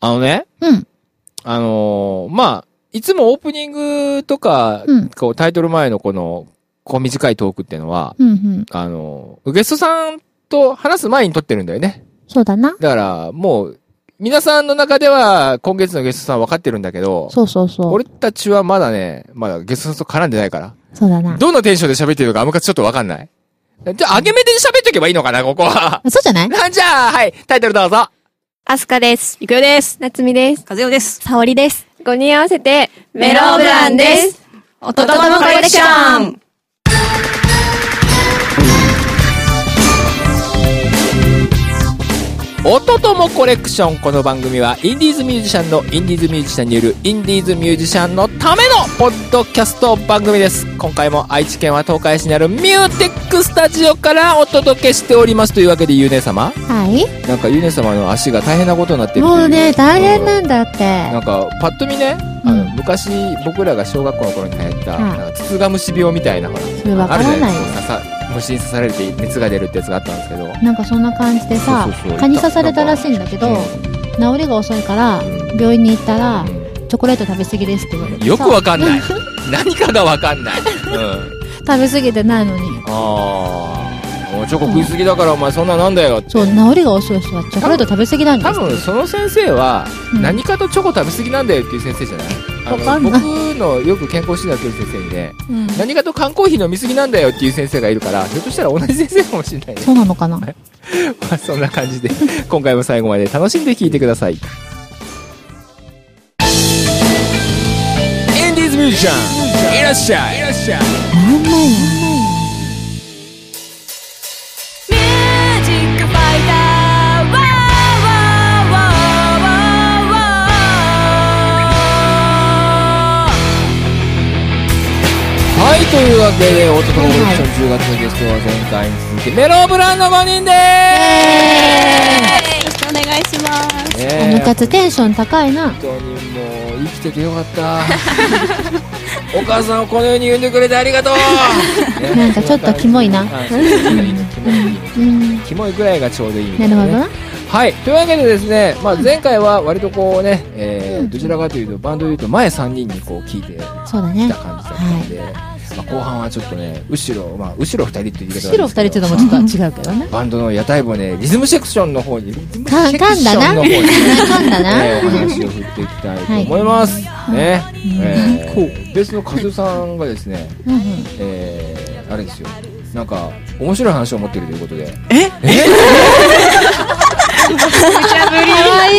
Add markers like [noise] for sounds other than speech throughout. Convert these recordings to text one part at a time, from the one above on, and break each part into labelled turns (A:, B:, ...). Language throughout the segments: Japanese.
A: あのね、
B: うん。
A: あのーまあ、いつもオープニングとか、
B: うん
A: こうタイトル前のこの、こう短いトークっていうのは、
B: うんうん。
A: あのーゲストさんと話す前に撮ってるんだよね。
B: そうだな。
A: だから、もう、皆さんの中では、今月のゲストさん分かってるんだけど、
B: そうそうそう。
A: 俺たちはまだね、まだゲストさんと絡んでないから、
B: そうだな。
A: どのテンションで喋ってるのかあんまちょっとわかんない。じゃあ、上げ目で喋っとけばいいのかな、ここは。 [laughs]
B: あそうじゃない
A: じゃあ、はい、タイトルどうぞ。
C: アスカです。
D: いくよです。
C: 夏美です。
D: かずよです。
B: 沙織です。
C: 5人合わせて、メロブランです。。
D: おととのコレクション。
A: おとともコレクション。この番組は、インディーズミュージシャンのインディーズミュージシャンによるインディーズミュージシャンのためのポッドキャスト番組です。今回も愛知県は東海市にあるミューテックスタジオからお届けしております。というわけで、ゆうね様。
B: はい。
A: なんか、ゆうね様の足が大変なことになってるってい
B: もうね、大変
A: うん
B: なんだって
A: な。んか、パッと見ね、あの、
B: うん
A: 昔、僕らが小学校の頃に流行った、
B: はい
A: なんか、筒ガムシ病みたいな、ほら。
B: それわからな
A: あ
B: い
A: るじゃないですか。刺さ虫に刺されて熱が出るってやつがあったんですけど。
B: なんかそんな感じでさ
A: そうそうそう、
B: 蚊に刺されたらしいんだけど、治りが遅いから
A: う、
B: 病院に行ったら
A: う、ん
B: チョコレート食べ過ぎですって言われてさ。
A: よくわかんない。何かがわかんない。うん。
B: 食べ過ぎてないのに。
A: あー。もうチョコ食いすぎだからお前そんななんだよって。
B: そう、治りが遅い人はチョコレート食べ過ぎなんで
A: 多
B: すって
A: 分その先生は
B: うん
A: 何かとチョコ食べ過ぎなんだよっていう先生じゃない、
B: わか
A: あ
B: ん
A: の
B: ない
A: 僕のよく健康診断を受ける先生にね
B: うん
A: 何かと缶コーヒー飲み過ぎなんだよっていう先生がいるからひょっとしたら同じ先生かもしれないね
B: そうなのかな
A: ま [laughs] あそんな感じで、今回も最後まで楽しんで聴いてください。インディーズミュージシャン、いらっしゃい。いらっしゃい。
B: なんなんや
A: はい、というわけで、オートトローション10月のゲストは前回に続き、メロブランの5人で
D: よろしくお願いします。
A: ーすねえ
B: あのつテンション高いな。
A: 本当にもう生きててよかったお母さんをこの世に産んでくれてありがとう
B: [laughs] なんかちょっとキモいな
A: あそうキモいのキモいの
B: うん。
A: キモいぐらいがちょうどいいみた
B: ないる
A: な
B: ほ
A: ね
B: どな。
A: はいというわけでですね、まあ、前回は割とこうね、えーどちらかというとバンドでいうと前3人にこう聞いてき
B: そうだね
A: た。感じだったんで、まあ、後半はちょっとね後ろ、まあ、後ろ2人っていう言い方
B: 白二人っていうのもちょっと違うけどね。
A: バンドの屋台もねリズムセク [laughs] ションの方にリズム
B: かん
A: セク
B: かん
A: ショ
B: だ
A: ン
B: な。
A: の方に
B: かんだ
A: え [laughs] ーお
B: な。
A: 話を振っていきたいと思います。ね、えー、別の和代さんがですね、
B: うんうん
A: えー、あれですよ、なんか面白い話を持ってるということで、
D: え
A: え
B: 可愛い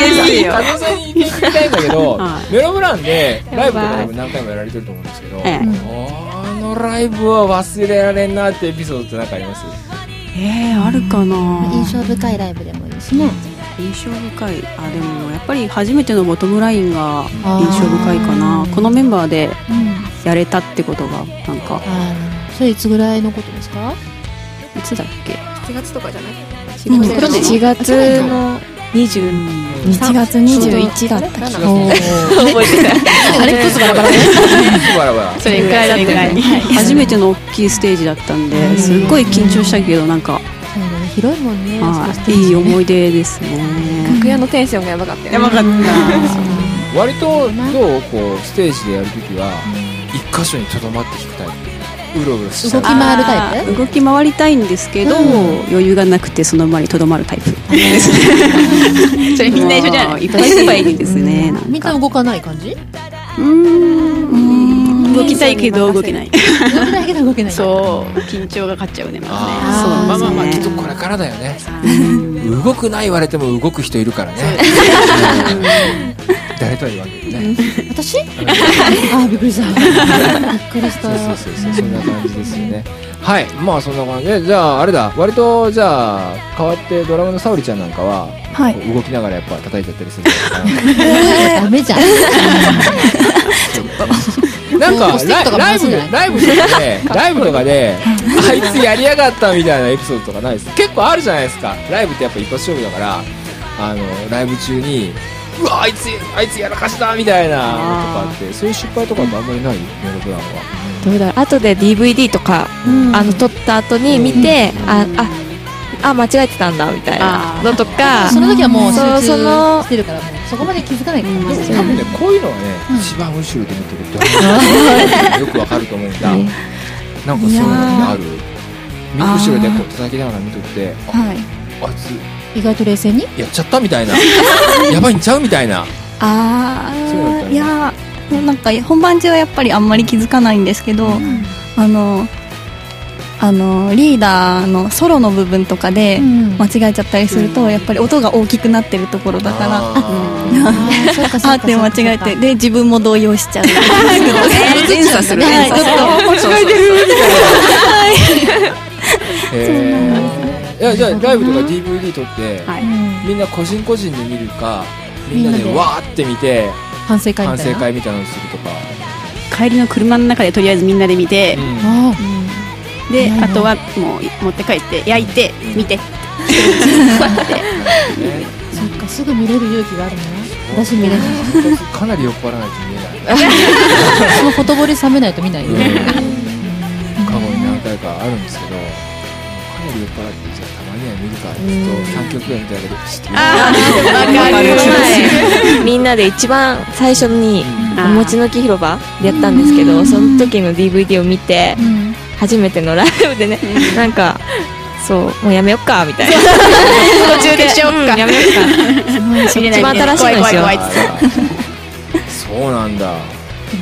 D: めっちゃいいよ
A: 和代さんに聞きたいんだけど、
D: [laughs] は
A: メロブランでライブとか
D: やば
A: 多
D: い
A: 分何回もやられてると思うんですけど、
D: ええ
A: あのライブは忘れられんなってエピソードって何かあります？
D: えー、あるかな
B: 印象深いライブでもいいしね。
D: 印象深い。あ、でも、やっぱり初めてのボトムラインが印
B: あー
D: 象深いかな。このメンバーで
B: うん。
D: やれたってことが、なんか、
B: あーそれいつぐらいのことですか
D: いつだっけ
C: 7月とかじゃない
D: 去年
C: 去年
E: 1月の20 1月21だった
C: 7
A: 4
C: 月
A: 月
C: の
A: の
D: [laughs] 覚え
A: [laughs]
D: てない。
B: あれ一つがバラ
A: バラバラ。
D: それぐらいだったよね。初めての大きいステージだったん
B: う
D: で、
B: ん
D: すっごい緊張したけど、なんか、
B: そうだね広いもんね。
D: は
B: あそこ
D: い、いい思い出ですね。
C: 楽屋のテンションがやばかったよね。
D: かった。
A: 割とどうこうステージでやるときは一箇所にとどまって弾くタイプ。うろうろしちゃう
B: 動き回るタイプ
D: あー動き回りたいんですけど、
B: うん
D: 余裕がなくてその場にとどまるタイプですねそれみんな一緒じ [laughs] ゃないいっぱいいればいいですねなんか
B: みんな動かない感じ
D: うーん動きたいけど動けない
B: 動けないけど動けない。
D: そう緊張が勝っちゃうねま
A: あま
B: ー
D: だね
A: あまあまあ
D: そ
A: き
D: うで
A: っ
D: す
A: と
D: ね
A: これからだよね動くない言われても動く人いるからね誰とは言わんけどね
B: 私あーびっくりした。びっくりし
A: そうそ
B: た
A: う。そうそうそんな感じですよねはいまあそんな感じでじゃああれだ割とじゃあ変わってドラムの沙織ちゃんなんかは
E: はい
A: こう動きながらやっぱ叩いちゃったりする
B: ダメじゃん。
A: [laughs] なんか
B: ステ
A: ラ
B: ッ
A: イ
B: プとか
A: ライ
B: 回すん
A: ブ
B: じゃない
A: ライブとかでライブとかであいつやりやがったみたいなエピソードとかないです結構あるじゃないですかライブってやっぱ一発勝負だからあのライブ中にうわあいつあいつやらかしたみたいなのとかってそういう失敗とかってあんまりないメロブランは
D: [laughs]
E: どうだろう後で DVD とか、あの撮った後に見て、ああ
F: あ間違えてたんだみたいなのとか
E: その時はもう集
F: そう
E: 中
F: その
E: してるからもうそこまで気づかないから
D: うん
A: 多分ねこういうのはね、一番後ろで見てる [laughs] とよくわかると思うんだ、なんかそういうのってあるみ後ろでこう叩きながら見とってあ,、
E: はい
A: あいつ
E: 意外と冷静に
A: やっちゃったみたいな [laughs] やばいんちゃうみたいな
D: あ
A: そうだった
D: あ
A: ね
D: いやーなんか本番中はやっぱりあんまり気づかないんですけど、あのあのリーダーのソロの部分とかで
E: ん
D: 間違えちゃったりすると、
F: うん
D: やっぱり音が大きくなってるところだからあ
A: あー
E: あーそうかそうか
D: ーって間違えてで自分も動揺しちゃう [laughs]
F: 連鎖する
D: はい
F: 連鎖する
A: へーいやじゃあライブとか DVD 撮って、
D: はい
E: うん
A: みんな個人個人で見るかみんな
E: みん
A: で
E: なで
A: わーって見て
E: 反省会み
A: 反
E: たい
A: 省
E: な
A: 会みたいなのするとか、
D: 帰りの車の中でとりあえずみんなで見て、
A: うん
E: あ
D: で、
E: うん
D: あとはもう持って帰って焼いて見て
A: ね
E: ーそっかすぐ見れる勇気があるね私見れない
A: [laughs] かなり酔っ払わないと見えない
E: そのほとぼり冷めないと見ないよ
A: 過去に何回かあるんですけどかなり酔っ払ってじゃあたまには見るかって言うと3曲ぐらい見ただけでピシッと
F: みんなで一番最初に
D: あ
F: お
D: ー
F: 餅の木広場でやったんですけどその時の DVD を見て
E: うん
F: 初めてのライブでねなんかそうもうやめよっかみたいな途中でしよっかやめよっ
D: [laughs]
F: か一番新しいのですよ
A: あらそうなんだ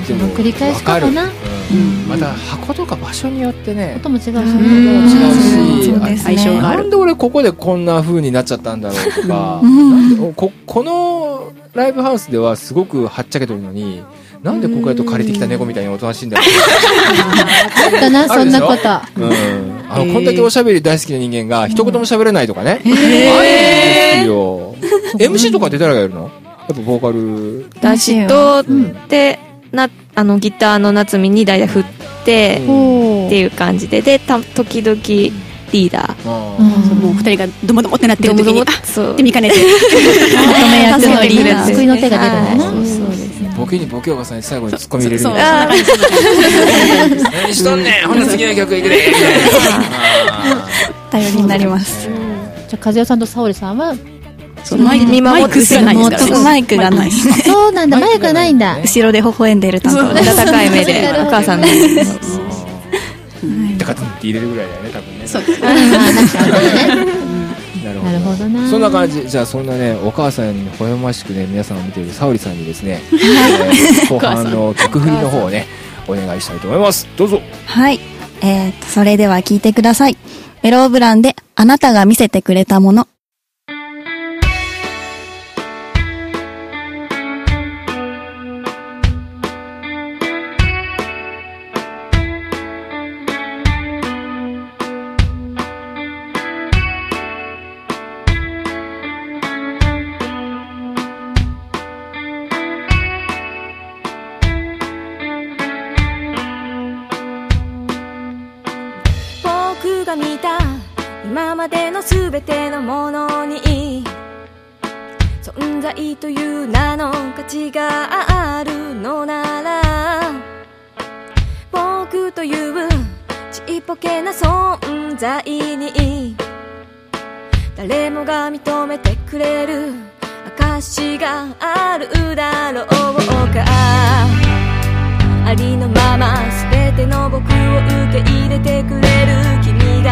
E: でも繰り返しかな
A: わるうんまた箱とか場所によってね
E: 音も違うし
A: 違うし
D: そうですね
A: 相性があるなんで俺ここでこんな風になっちゃったんだろうとかなんでここのライブハウスではすごくはっちゃけてるのになんでここやと借りてきた猫みたいにおとなしいんだろう
E: あったな
A: [laughs] あ
E: そ
A: る
E: ん
A: でし
E: な
A: ょ
E: ことあ
A: うんあの、こんだけおしゃべり大好きな人間が、一言も喋れないとかね。あるんですよ。MC とかって誰がやるのやっぱボーカル。
F: 私とでなあのギターの夏美に代打振って
E: お
F: っていう感じででた時々リーダー
A: あ
D: そうもう二人がドモドモってなってる時にあ
F: そう
D: で見かねて
E: やってのリーダー
F: 助けてくれて
E: 救いの手が出るんだな
F: はいそうそうです
A: ーボケにボケおばさんに最後に突っ込み入れる
D: そ
A: み
D: う
A: たいな。
F: あー
A: 何しとんねんほんな次の曲いくでみたいなあ
D: 頼りになります
E: じゃあ和代さんと沙織さんは
D: そうマイク
F: 見守って
D: マイクすらないですから
F: そう
D: マイクがない
E: そうなんだマイクがないんだ
A: マイクが
D: 後ろで微笑んでる担当です
F: 温かい目でお母さんの
A: ーでカツンって入れるぐらいだよね、多分ね。
D: そう
A: なる
E: なるほどな
A: そんな感じ。じゃあ、そんなね、お母さんにほえましくね、皆さんを見ている沙織さんにですね、えー後半の曲振りの方をね、お願いしたいと思います。どうぞ。
D: はい。えーと、それでは聞いてください。メローブランであなたが見せてくれたもの。
G: 僕が見た今までの全てのものに存在という名の価値があるのなら僕というちっぽけな存在に誰もが認めてくれる証があるだろうかありのまま全ての僕を受け入れてくれる君が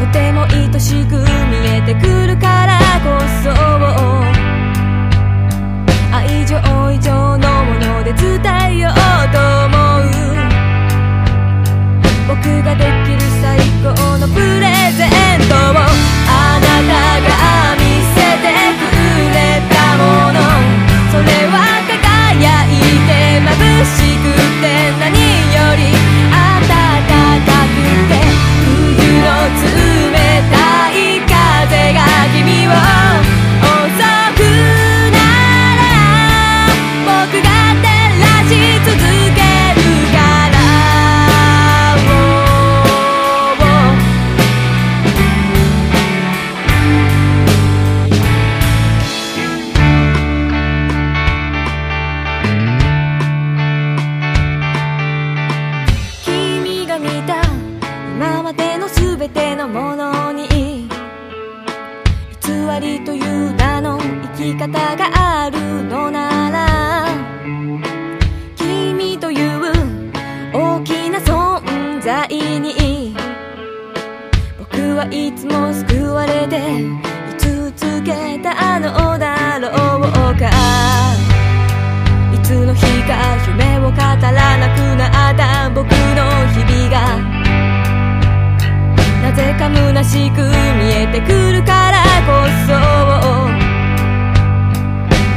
G: とても愛しく見えてくるからこそ愛情以上のもので伝えようと思う僕ができる最高のプレゼントをあなたが見せてくれたものそれは輝いて眩しくて何より暖かくて冬の冷たい風が君をり方があるのなら君という大きな存在に僕はいつも救われて居続けたのだろうかいつの日か夢を語らなくなった僕の日々がなぜか虚しく見えてくるからこそ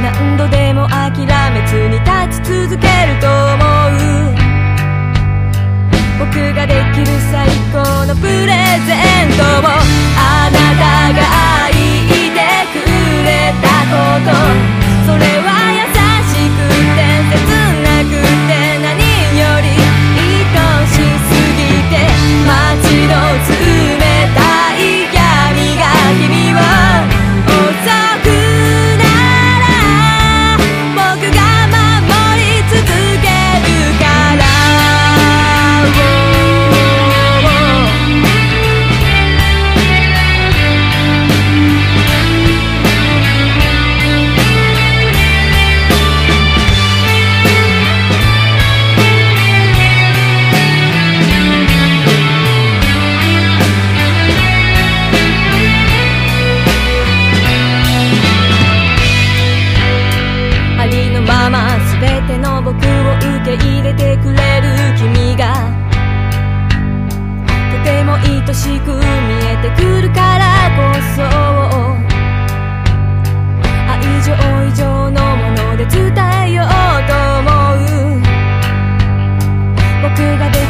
G: 何度でも諦めずに立ち続けると思う僕ができる最高のプレゼントをあなたが言ってくれたことそれは優しくて切なくて何より愛しすぎて街の冷たい闇が君を襲くなら僕が守り続けるからありのまま全ての僕を受け入れてくれる君がとても愛しく見えてくるからこそ愛情以上のもので伝えようと思う僕ができる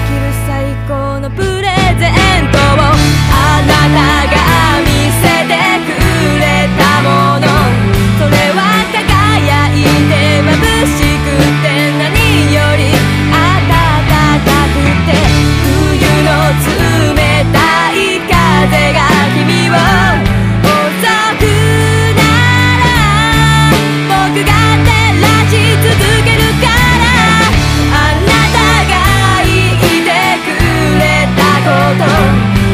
G: 最高のプレゼントをあなたが見せてくれたものそれは輝いて眩しくて何より暖かくて冬の冷たい風が君を襲くなら僕が照らし続けるからあなたが言ってくれたこと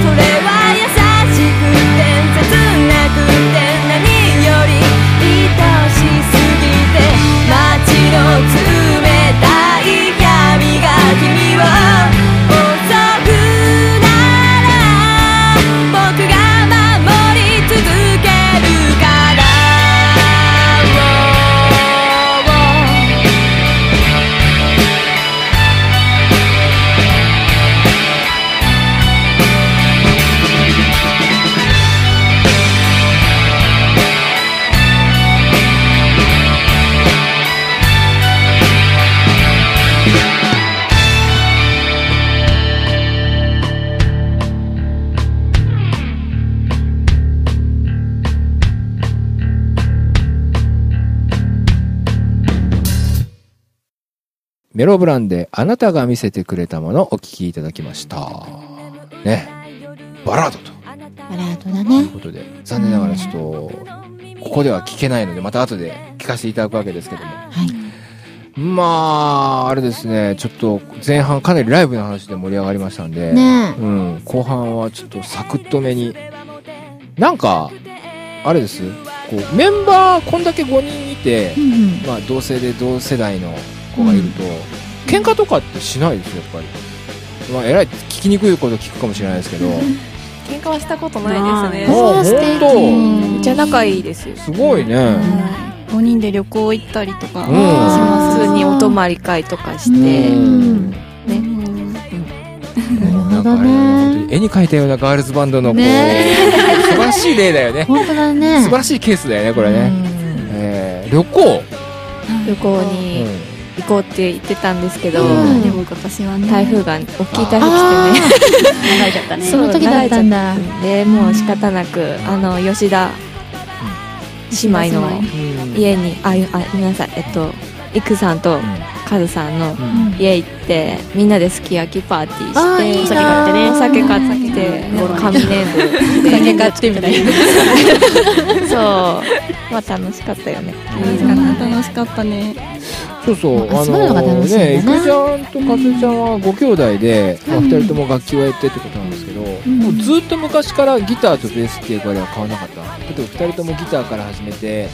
G: それは優しくて切なくて何より愛しすぎて街の冷たい闇が君を襲くなら僕が守り続けるから
A: メロブランであなたが見せてくれたものお聞きいただきました。ねバラードと
B: バラードだ
A: とい
B: ね
A: う。ことで、残念ながらちょっと、ここでは聞けないので、また後で聞かせていただくわけですけども。まあ、あれですね、ちょっと前半かなりライブの話で盛り上がりましたんで、
B: ね
A: うん、後半はちょっとサクッとめに。なんか、あれです、こう、メンバーこんだけ5人いて、
B: え。うんうん。
A: まあ、同性で同世代の子がいると、喧嘩とかってしないですよやっぱり、まあ、えらい聞きにくいこと聞くかもしれないですけど、
C: 喧嘩はしたことないですね。
A: ああ
B: そう素敵
A: 本
C: めっちゃ仲いいですよ。
A: 当すごいね、
D: 5人で旅行行ったりとか、
A: うん
C: 普通にお泊まり会とかして。
A: うん
D: うん
B: なる
A: な
B: ほ
A: んか
B: ど
A: あれ本当
B: ね。
A: に絵に描いたようなガールズバンドのこう、
B: ね
A: 素晴らしい例だよね
B: 本当だね。
A: 素晴らしいケースだよねこれね、えー旅行、
F: 旅行に行こうって言ってたんですけど、
B: うん
D: でも今年はね
F: 台風が大きい台風来てね
B: あ
E: 流れちゃった
B: あ、
E: ね。
B: その時だったんだ。
F: [laughs] でもう仕方なくあの吉田姉妹の
A: うん
F: 家にああごめんなさいえっといくさんとカズさんの
A: うん
F: 家行ってみんなですき焼きパーティー
B: あー
F: して
B: いい
E: なー
F: お酒買ってきて
E: うん
F: 紙粘土で酒買ってみたいなそうまあ楽しかったよね
D: 楽しかったね
A: そうそう、
B: まあ
A: あ
B: そういうのが
A: の
B: 楽しいんだ
A: ね、いく
B: な
A: ちゃんとかずちゃんはご兄弟で、まあ、二人とも楽器をやってってことなんですけど、もうずっと昔からギターとベースっていう場合は買わなかった。例えば二人ともギターから始めて、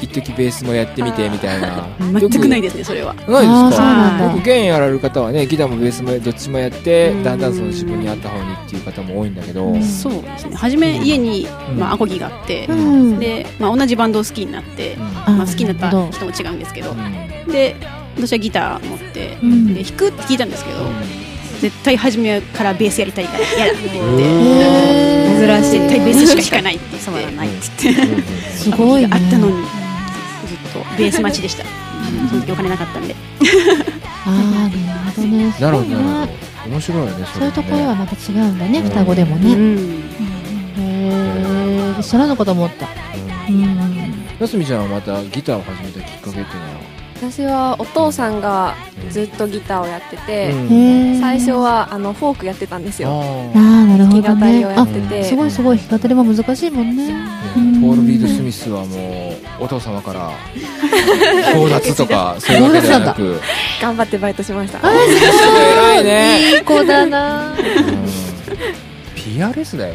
A: 一時ベースもやってみてみたい
B: [laughs]
A: な
H: 全くない
A: で
H: ですねそれは
A: ない
B: あー
A: で
B: そう
A: すか
B: なんだ
A: 僕弦やられる方はねギターもベースもどっちもやって
C: うん
A: だんだんその自分に合った方にっていう方も多いんだけど
H: そうですね初め家に、まあ、アコギがあって、
B: うん
H: で、まあ、同じバンドを好きになって、
A: う
H: まあ、好きになった
B: なるほ
H: 人も違うんですけど
A: ん
H: で私はギター持って、
B: ん
H: で弾くって聞いたんですけど絶対初めからベースやりたい
B: [laughs]
H: から嫌だって言って
B: 珍しい
H: 絶対ベースしか弾かないって言っ
B: [laughs]
H: て
A: ない
H: って言って
B: すごいね
H: あったのにずっとベース待ちでしたその時お金なかったんで
B: ああなるほどね
A: なるほど
B: すごい
A: なるほど面白いね
B: そういうところは
A: は
B: また違うんだね、
A: うん
B: 双子でも
H: う
B: ね。
H: ん
B: へえ、知らなかった思った。うん。
A: なすみちゃんはまたギターを始めたきっかけっていうのは
C: 私はお父さんがずっとギターをやってて、
A: うん
B: へえ。
C: 最初。はあのフォークやってたんですよ
A: あー
B: ああ、なるほ
C: 弾き
B: ど
C: 語り
B: ね。
C: をやっ
B: あ、
C: てて
B: すごいすごい弾き語りは難しいもんね。
A: ねポール・リード・スミスはもうお父様 [laughs] から強奪とかそういうわけではなく
C: 頑張ってバイトしました
A: 偉いね
B: いい子だな。
A: PRS だよ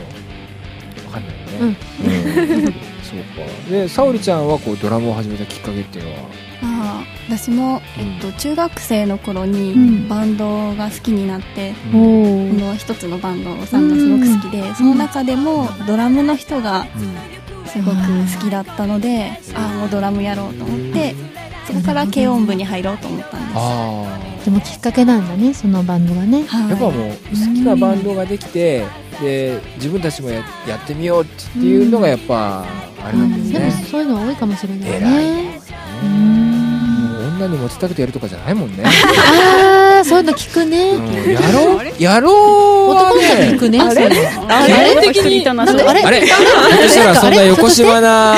A: わかんないよね、
B: うん
A: うんそうかで沙織ちゃんはこうドラムを始めたきっかけっていうのは
D: あー私も、えっと、中学生の頃に
B: うん
D: バンドが好きになって、
B: お
A: うん
B: お
D: こ。の一つのバンドさんがすごく好きで、その中でもドラムの人がすごく好きだったので、ああもうドラムやろうと思ってそこから軽音部に入ろうと思ったんです。は
A: あ
B: でもきっかけなんだね、そのバンドがね。
A: あやっぱもう
D: い
A: 好きなバンドができてで自分たちもややってみようっていうのがやっぱあれなんです
B: でも
A: ね、
B: そういうのは多いかもしれない
A: 偉い
B: ね。うん
A: もう女に持ちたくてやるとかじゃないもんね、
B: ああ、そういうの聞く
A: う
B: ね。
A: んやろうやろうは
B: 男の人
A: ね
B: 聞くね。あれ
H: あ
B: れ
H: 的になん
B: なんかあれ
A: あれそしたらそんな横島な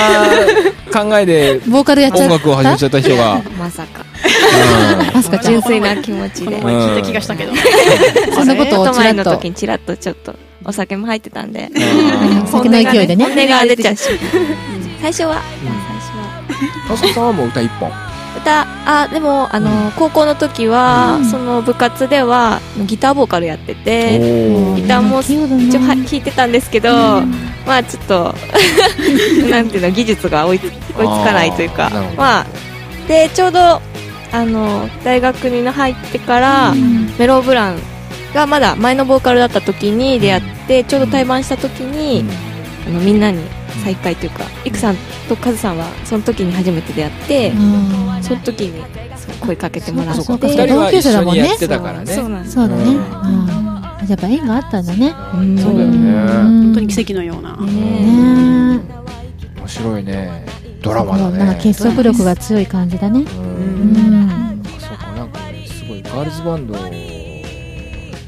A: 考えで
B: ボーカルやっちゃ
A: 音
B: った。
A: 楽を始めちゃった人が、
C: まさか
B: まさかちゃん
C: 純粋な気持ち
H: この
C: で
H: 前聞いた気がしたけど
B: そんなことをちら
F: 前
B: っ
F: の
B: と
F: 時。にちらっとちょっとお酒も入ってたんで
A: うんうん
B: 酒の勢いでね
F: 本。音が出ちゃうし
B: [laughs]
F: 最初は
A: うん田さんはもう歌一本。
F: 歌あでもあの、
A: う
F: 高校の時は、
B: うん
F: その部活ではギターボーカルやってて
A: お
F: ギターも
B: 器用だな
F: 一応は弾いてたんですけど、まあちょっと [laughs] なんていうの技術が追いつ追いつかないというか
A: あーなるほど
F: まあでちょうどあの大学に入ってから、メロブランがまだ前のボーカルだった時に出会って、ちょうど対バンした時に、あのみんなに再会というか、いくさんとカズさんはその時に初めて出会って、
B: うん
F: その時にそう声かけてもらっ
B: あ
F: て
B: そうか
A: 二人は一緒にやってたからね。
F: そうなんです
B: そうだね。
A: う
B: うんんあやっぱ縁があったんだね。
A: うんそうだよ
B: う
A: ね。
B: ん
H: 本当に奇跡のような
B: ね
A: 面白いね。ド
B: え
A: ラマだ
B: なんか
A: ね。
B: 結束力が強い感じだね。
A: う。
B: うんん。
A: あそうかなんかすごいガールズバンド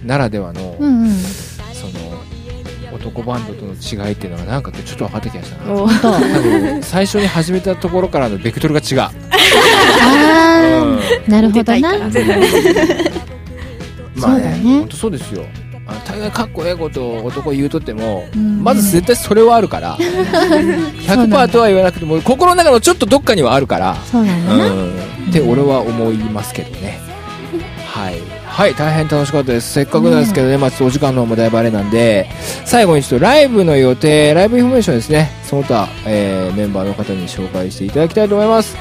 A: ならではの
B: うんうん。
A: その男バンドとの違いっていうのがなんかちょっと分かってきましたな。
F: お
B: と。あ
A: なんか最初に始めたところからのベクトルが違う。
B: あ
A: うん
B: ー、なるほどな。
A: まあ
B: そうだ
A: ね、
B: ね
A: 本当そうですよ。あの大概かっこええこと男言うとっても、
B: うん
A: まず絶対それはある
B: [laughs]
A: から、100%とは言わなくても、心の中のちょっとどっかにはあるから、
B: そうなん
A: う
B: だな。
A: ん、って俺は思いますけどね。はい。はい、大変楽しかったです。せっかくなんですけどね、まあ、ちょっとお時間の方もだいぶあれなんで、最後にちょっとライブの予定、ライブインフォメーションですね、その他、えーメンバーの方に紹介していただきたいと思います。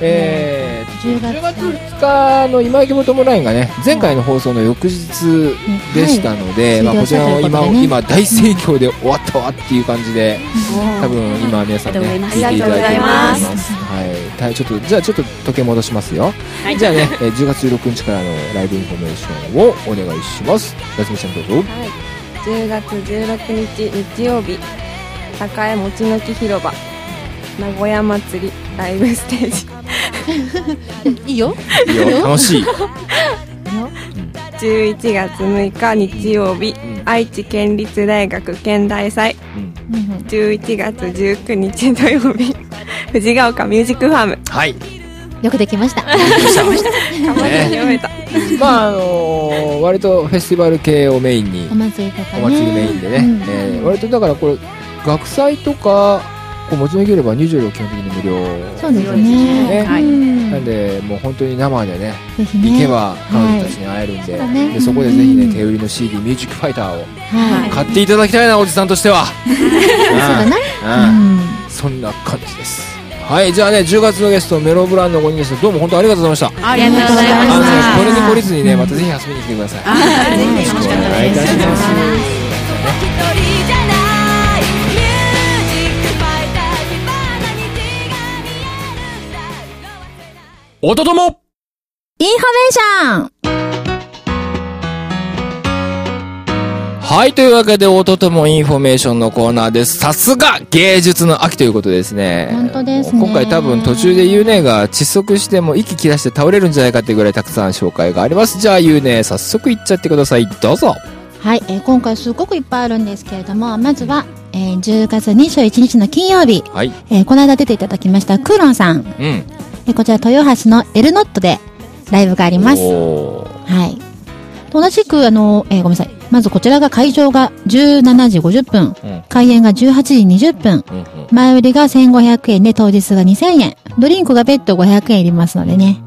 A: えー
B: 10月
A: 10月2日の今池元もラインがね前回の放送の翌日でしたので、
B: はい
A: まあ、こちらも
B: 終了した
A: 今,、
B: ということでね
A: 今大盛況で終わったわっていう感じで多分今皆さんね
H: あり
A: 聞
H: が
A: いていただいてると思い
C: あ
A: ま
C: り
A: すはいたちょっとじゃあちょっと時計戻しますよ、じゃあねえー10月16日からのライブインフォメーションをお願いします夏目ちゃんどうぞ
G: はい、10月16日日曜日栄もちのき広場名古屋祭りライブステージ
B: いいよ。
A: いいよ楽しい
G: 11月6日日曜日
A: ん
G: 愛知県立大学県大祭
A: うん
B: うんうん
G: 11月19日土曜日 [laughs] 藤ヶ丘ミュージックファーム
A: はい
B: よくできました。
G: 頑張って読めた
A: まああのー割とフェスティバル系をメインに
B: お祭りとか
A: お
B: ね。
A: 祭りメインでね、
B: うん
A: えー割とだからこれ学祭とかこう持ち上げれば入場料基本的に無料
B: そうですね。
A: ね、
H: はい
B: うん
A: なんでもう本当に生でね
B: ぜひね。
A: 行けば彼女たちに会えるんで,、でそこでぜひね、
B: うん
A: 手売りの CD「ミュージックファイター」を
B: はい。
A: 買ってい
H: [laughs]
A: ただきたいなおじさんとしては
B: そうだな。
A: うんうん
B: うん
A: そんな感じですはいじゃあね10月のゲストメロブランの5人でしたどうも本当ありがとうございました
H: ありがとうございま
A: あの
H: した
A: ねこれに懲りずにねまたぜひ遊びに来てください
H: あぜひ楽しかった
A: お願いいたし
H: です
A: ます
G: 一人じゃないミュージックファイター火花に血が見えるんだ色褪せない
A: おととも
E: インフォメーション
A: はい、というわけで、音ともインフォメーションのコーナーです。さすが芸術の秋ということですね。
B: 本当ですね
A: 今回多分途中でゆうねが窒息しても息切らして倒れるんじゃないかってぐらいたくさん紹介があります。じゃあゆうね、早速いっちゃってください。どうぞ。
B: はい、えー今回すごくいっぱいあるんですけれども、まずは、えー10月21日の金曜日、
A: はい。
B: えーこの間出ていただきましたクーロンさ
A: う
B: ん、
A: ん。
B: えーこちら豊橋のエルノットでライブがあります。
A: おー
B: はい。と同じく、あの、えーごめんなさい。まずこちらが会場が17時50分、
A: うん
B: 開演が18時20分、
A: うんうん
B: 前売りが1500円で当日が2000円、ドリンクが別途500円いりますのでね。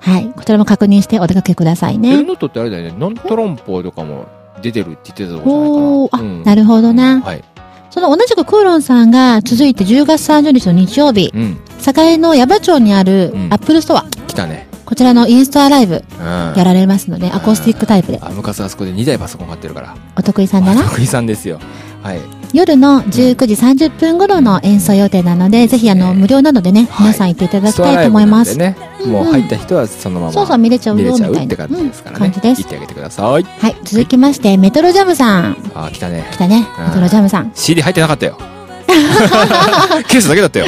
B: はい。こちらも確認してお出かけください
A: エル
B: ね。
A: ノットってあれだよね、ノントロンポーとかも出てるって言ってたと
B: お
A: こ
B: ー、
A: じゃ
B: あ、
A: ないかな。
B: なるほどな。
A: はい。
B: その同じくクーロンさんが続いて10月30日の日曜日、
A: うん。
B: 栄の矢場町にある
A: うん
B: アップルストア、
A: 来たね。
B: こちらのインストアライブ
A: うん。や
B: やられますので、アコースティックタイプで
A: あ、昔あそこで2台パソコン買ってるから。
B: お得意さんだ
A: お
B: な。
A: 得意さんですよ。はい。
B: 夜の19時30分頃の演奏予定なので、ぜひあの、無料なのでね、
A: はい
B: 皆さん行っていただきたいと思います。
A: ストアライブなんでね、もう入った人はそのまま。
B: そうそう見れちゃう
A: 見れ
B: よ、
A: ちゃう
B: みた
A: っ
B: い
A: て
B: な
A: 感じですか
B: うん
A: らね。
B: 感じです
A: 行っ。てあげてください。
B: はい、続きまして、メトロジャムさん。
A: あー、来たね。
B: 来たね、
A: うん
B: メトロジャムさん。
A: CD 入ってなかった
B: [laughs]
A: よ。ケースだけだったよ。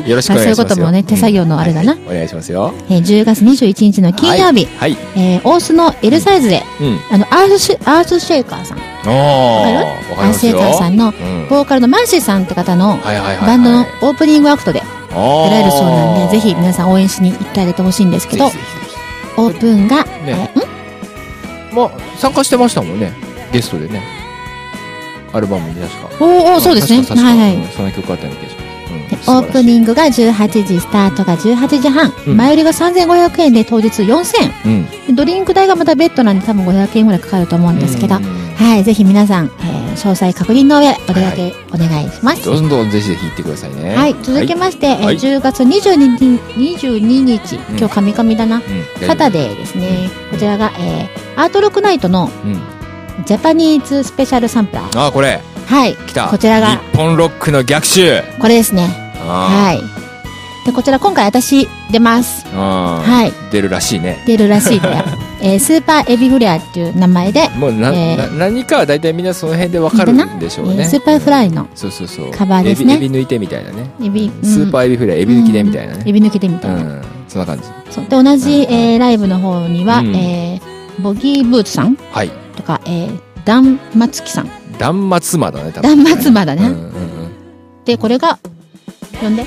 A: ねよろしくお願いしますよ。
B: まあそういうこともね手作業のあれだな
A: うんはいお願いしますよ。
B: えー10月21日の金曜日、
A: はい。はい
B: えー大須の L サイズで、
A: うん。
B: あの、アースシェアースシェイカーさん、
A: おー、わかり
B: アー
A: ま
B: ス
A: す
B: シェイ
A: よ。
B: カーさんの
A: うん
B: ボーカルのマンシーさんって方
A: は
B: の
A: いはいはいはい。
B: バンドのオープニングアクトで
A: あ
B: 出
A: ー
B: られるそうなんで、ぜひ皆さん応援しに行ってあげてほしいんですけど
A: ぜ、ひぜひぜ
B: オープンが、
A: ひね。まあ、参加してましたもんね。ゲストでね。アルバムに確か。
B: おーおー、そうですね。
A: 確か確か
B: はいは
A: うん
B: い。
A: そんな曲あったような気がしま
B: で
A: す。うん
B: オープニングが18時、スタートが18時半、
A: うん
B: 前売りが3500円で当日4000円。
A: うん。
B: でドリンク代がまた別途なんで多分500円ぐらいかかると思うんですけど、
A: うん
B: はい、ぜひ皆さん、えー詳細確認の上、お出かけお願いします。
A: どんどんぜひぜひ行ってくださいね。
B: はい、続きまして、えー
A: はい
B: 10月22日、22日、
A: ん
B: 今日神々だな、
A: うん
B: サタデーですね。こちらが、えーアートロックナイトの
A: うん。
B: ジャパニーズスペシャルサンプラー。
A: あ、これ、
B: はい、
A: 来た。
B: こちらが
A: 日本ロックの逆襲。
B: これですね。
A: は
B: はい。で、こちら今回私出ます。
A: い。は
B: はい、
A: い。出るらしいね。
B: 出るらしいで、
A: [laughs]
B: えースーパーエビフレアっていう名前で、
A: もうな、
B: えー
A: な何かは大体みんなその辺でわかるんでしょう
B: え
A: ね。
B: ースーパーフライの
A: そうそうそう。
B: カバーですね
A: エビエビ抜いてみたいなね。
B: エビ、うん
A: スーパーエビフライ、エビ抜きでみたいな
B: うんエ
A: ね。
B: ビ抜きでみ
A: う
B: たいな。
A: ん。そんな感じ。
B: そうで同じ、えーライブの方には、
A: うん
B: えーボギーブーツさん
A: はい。
B: とか、えー、ダンマツキさん
A: 断末魔だね、多
B: ダ
A: 分。
B: ンマツマだね、
A: うんうんうん。
B: でこれが呼んで違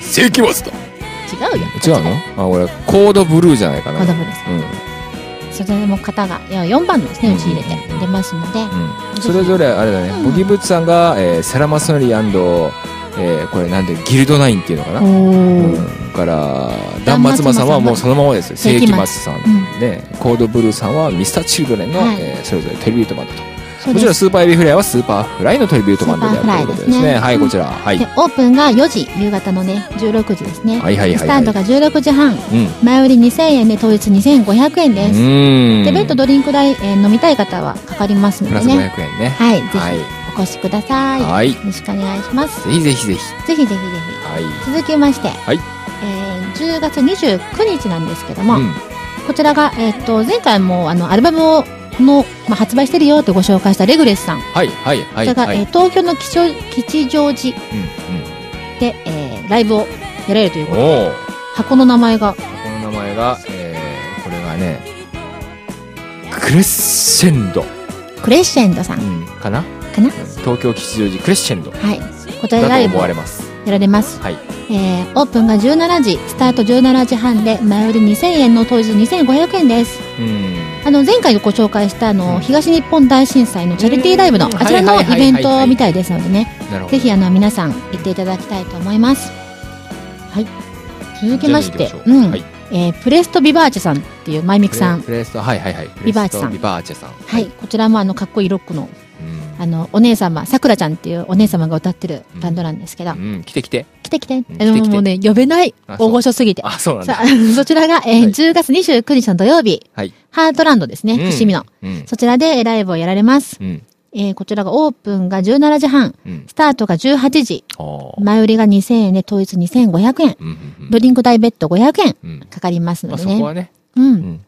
A: 世紀末だ
B: うよ
A: 違うのあ、俺、コードブルーじゃないかな。
B: コードブルーです
A: うん。
B: それでも方がいや4番のですね
A: うん
B: うち入れて
A: うん
B: 出ますので、
A: うんそれぞれあれだね、ボギーブッツさんが、えーセラマソリーえーこれなんてギルドナインっていうのかな、うん
B: おー
A: からダンマツマさんはもうそのままですよ
B: 世
A: 世
B: 紀
A: 紀末
B: 末
A: さん、ねコードブルーさんはミスターチルドレンの、
B: はい
A: えーそれぞれトリビュートバンドと
B: そ
A: も
B: うで
A: ちろん
B: す
A: スーパーエビフライはスーパーフライのトリビュートバンドである
B: スーパ
A: とい
B: ー
A: うこ
B: フライ
A: と
B: で
A: ですす
B: ね
A: ねはいこちらはい、
B: でオープンが4時夕方のね16時ですね、
A: はいはいはいはい
B: スタートが16時半
A: うん
B: 前売り2000円で当日2500円です、
A: うん
B: で別途ドリンク代、えー飲みたい方はかかりますの
A: プラ
B: で
A: ス500
B: ね
A: 円ね
B: はいぜ
A: はい
B: ひお越しください、
A: はい
B: よろしくお願いします
A: ぜひぜひぜひ
B: ぜひぜひぜ
A: はい、
B: ひ。続きまして、
A: はい
B: えー10月29日なんですけども、
A: うん
B: こちらが、えーっと、前回もあのアルバムをの、まあ、発売してるよってご紹介したレグレスさん。
A: はいはいは
B: こ
A: い
B: ちらが、
A: はい
B: えー東京の吉祥吉祥寺
A: う
B: で、えーライブをやれるというん
A: う
B: こ
A: ん
B: と。
A: おお
B: 箱の名前が、
A: この名前が、えーこれがねクレッシェンド、
B: クレッシェンドさん
A: かな
B: かな、
A: 東京吉祥寺クレッシェンド
B: はい。こちら
A: だ
B: でラ
A: と
B: イブ
A: 思
B: を
A: わ
B: や
A: れます
B: られます。
A: はい
B: えーオープンが17時、スタート17時半で、前売り2000円の当日2500円です。
A: うん
B: あの前回ご紹介したあの、
A: うん
B: 東日本大震災のチャリティーライブの
A: うん
B: あちら
A: は
B: の
A: いはい
B: イ
A: はいはい
B: ベントみたいですのでね、
A: なるほど
B: ぜひあの皆さん行っていただきたいと思います。はい。続きまして
A: じゃあ、
B: う
A: 見
B: ん、
A: てみましょ
B: えープレストビバーチェさんっていうマイミ
A: う
B: クさん。
A: プレプレストはいはいはい
B: ビバーチェさん
A: プレストビバーチェさん
B: はい、こちらもあのかっこいいロックの
A: うん
B: あの、お姉様、さくらちゃんっていうお姉様が歌ってるバンドなんですけど、
A: うん、来て来て。
B: 来て来て。
A: 来て
B: でももうね、呼べない。
A: あそう
B: 大御所すぎて。
A: あ、そうなん
B: さ
A: だ。
B: あ [laughs] そちらが、えー
A: はい
B: 10月29日の土曜日、
A: はい。
B: ハートランドですね、
A: うん
B: 伏見の。
A: うん。
B: そちらでえーライブをやられます。
A: うん。
B: えーこちらがオープンが17時半、
A: うん
B: ス。タートが18時、
A: あー
B: 前売りが2000円で統一2500円、
A: うんうん
B: ドリンク代別途500
A: うん
B: 円かかります
A: うん。ま
B: の
A: あ
B: で
A: そ
B: ね。
A: こはね、
B: う。
A: うんん。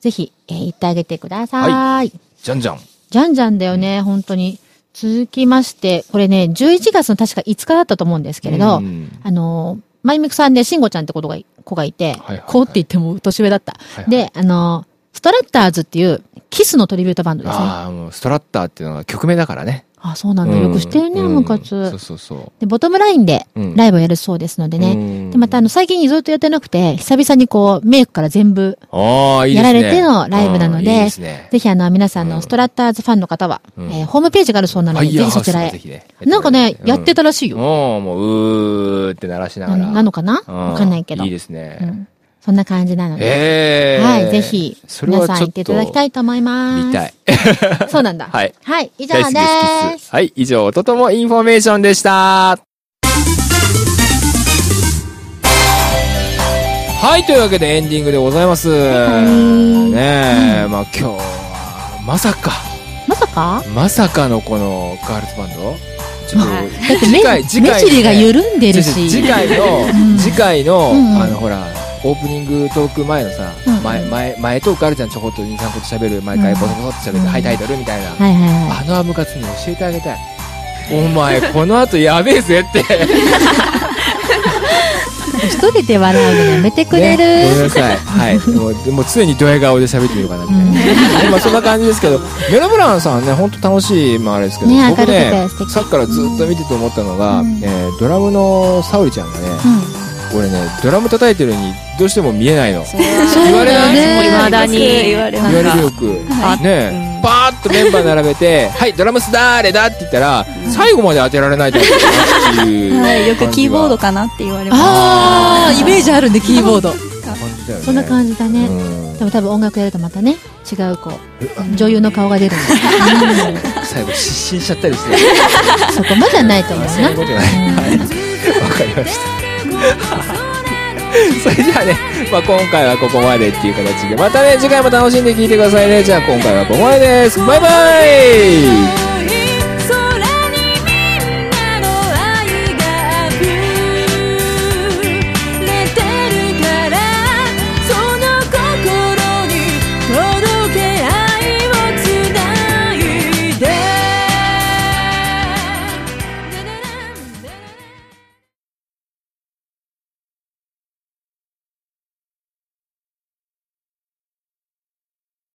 B: ぜひ、えー行ってあげてください。
A: じゃんじゃん。
B: じゃんじゃんだよね、本当に。続きまして、これね、11月の確か5日だったと思うんですけれど、
A: うん
B: あのー、マイミクさんで、しんごちゃんってことがい、子がい
A: は
B: て、
A: いはい
B: こうって言っても年上だった。
A: はいはい
B: で、あのー、ストラッターズっていう、キスのトリビュートバンドですね。あ
A: ああ、もうストラッターっていうのは曲名だからね。
B: あ、そうなんだ。よく知ってるね、
A: うん
B: ムカツ。
A: うんそうそうそ
B: で、ボトムラインで
A: うん
B: ライブをやるそうですので
A: う。
B: ね。
A: ね
B: で、またあの、最近ずっとやってなくて、久々にこう、メイクから全部、
A: ああ、いいです
B: や
A: ね。
B: られてのライブなので
A: うんいいですね。
B: ぜひあの、皆さん
A: うん
B: のストラッターズファンの方は、
A: うん
B: えーホームページがあるそうなの
A: ファ
B: で、
A: イ
B: ぜ
A: ヤー
B: ひ
A: ハ
B: そ
A: ウス
B: ち
A: も
B: ら
A: ぜ
B: へ。
A: ひね
B: なんかね、やってたらしい
A: よ。
B: よ。
A: もうんもう、うーって鳴らしなが
B: な
A: ら。
B: なのかな
A: う
B: わかんないけど。
A: いいです
B: う
A: ね。
B: んそんな感じなので。
A: ええ。
B: はい、ぜひ、
A: それは
B: 皆
A: ちょ
B: さ
A: っと
B: ん行っていただきたいと思います。
A: 見たい。。
B: そうなんだ。
A: はい。
B: はい、以上
A: 大好き
B: で
A: ですす。。はい、以上、とともインフォメーションでした。はい、というわけでエンディングでございます。ねえ、まあ今日は、まさか、
B: まさか
A: まさかのこのガールズバンドちょっと、
B: だって目、
A: 次回
B: [laughs] 目
A: 次回ね
B: 尻が緩んでる
A: 違う違う
B: し。
A: 次回の、
B: ん
A: 次回の、
B: うん
A: あの、ほら、オープニングトーク前のさ、
B: うん
A: 前、前、前トークあるじゃん、ちょこっと2、3こと喋る、毎回
B: うん
A: ボソボソって喋って、
B: うん
A: ハイタイトルみたいな。
B: はいはいはい。
A: あのアムカツに教えてあげたい。お前、この後やべえぜって。
B: 一人で笑うのやめてくれる。
A: ねごめんなさい。はい。
B: [laughs]
A: もう、もう常にドヤ顔で喋ってみようかなみたいな。今そんな感じですけど、メロブランさんね、本当楽しい、まああれですけど、
B: ね
A: 僕
B: 明る
A: ね
B: くて素、敵
A: さっきからずっと見てて思ったのが、
B: うん
A: えードラムの沙織ちゃんがね、
B: うん
A: 俺ね、ドラム叩いてるのにどうしても見えないの。
B: そう
A: 言われない
B: ね
F: 未だに
D: 言われます
A: 言われるよく。ねえ、パーッとメンバー並べ
B: [laughs]
A: て、はい、ドラムス誰だって言ったら、最後まで当てられないと思うっていう感じが。
D: はい、よくキーボードかなって言われます
B: あー、イメージあるんで、キーボード。
A: 感じだよね。
B: そんな感じだね。
A: うん
B: でも多分音楽やるとまたね、違うこう、女優の顔が出るんで、
A: [laughs] 最後失神しちゃったり
B: [laughs]
A: して
B: そこまではないと思う
A: そういう
B: な。
A: ことないはいわかりました [laughs] それじゃあね、まあ、今回はここまでっていう形でまたね次回も楽しんで聴いてくださいねじゃあ今回はここまでですバイバイ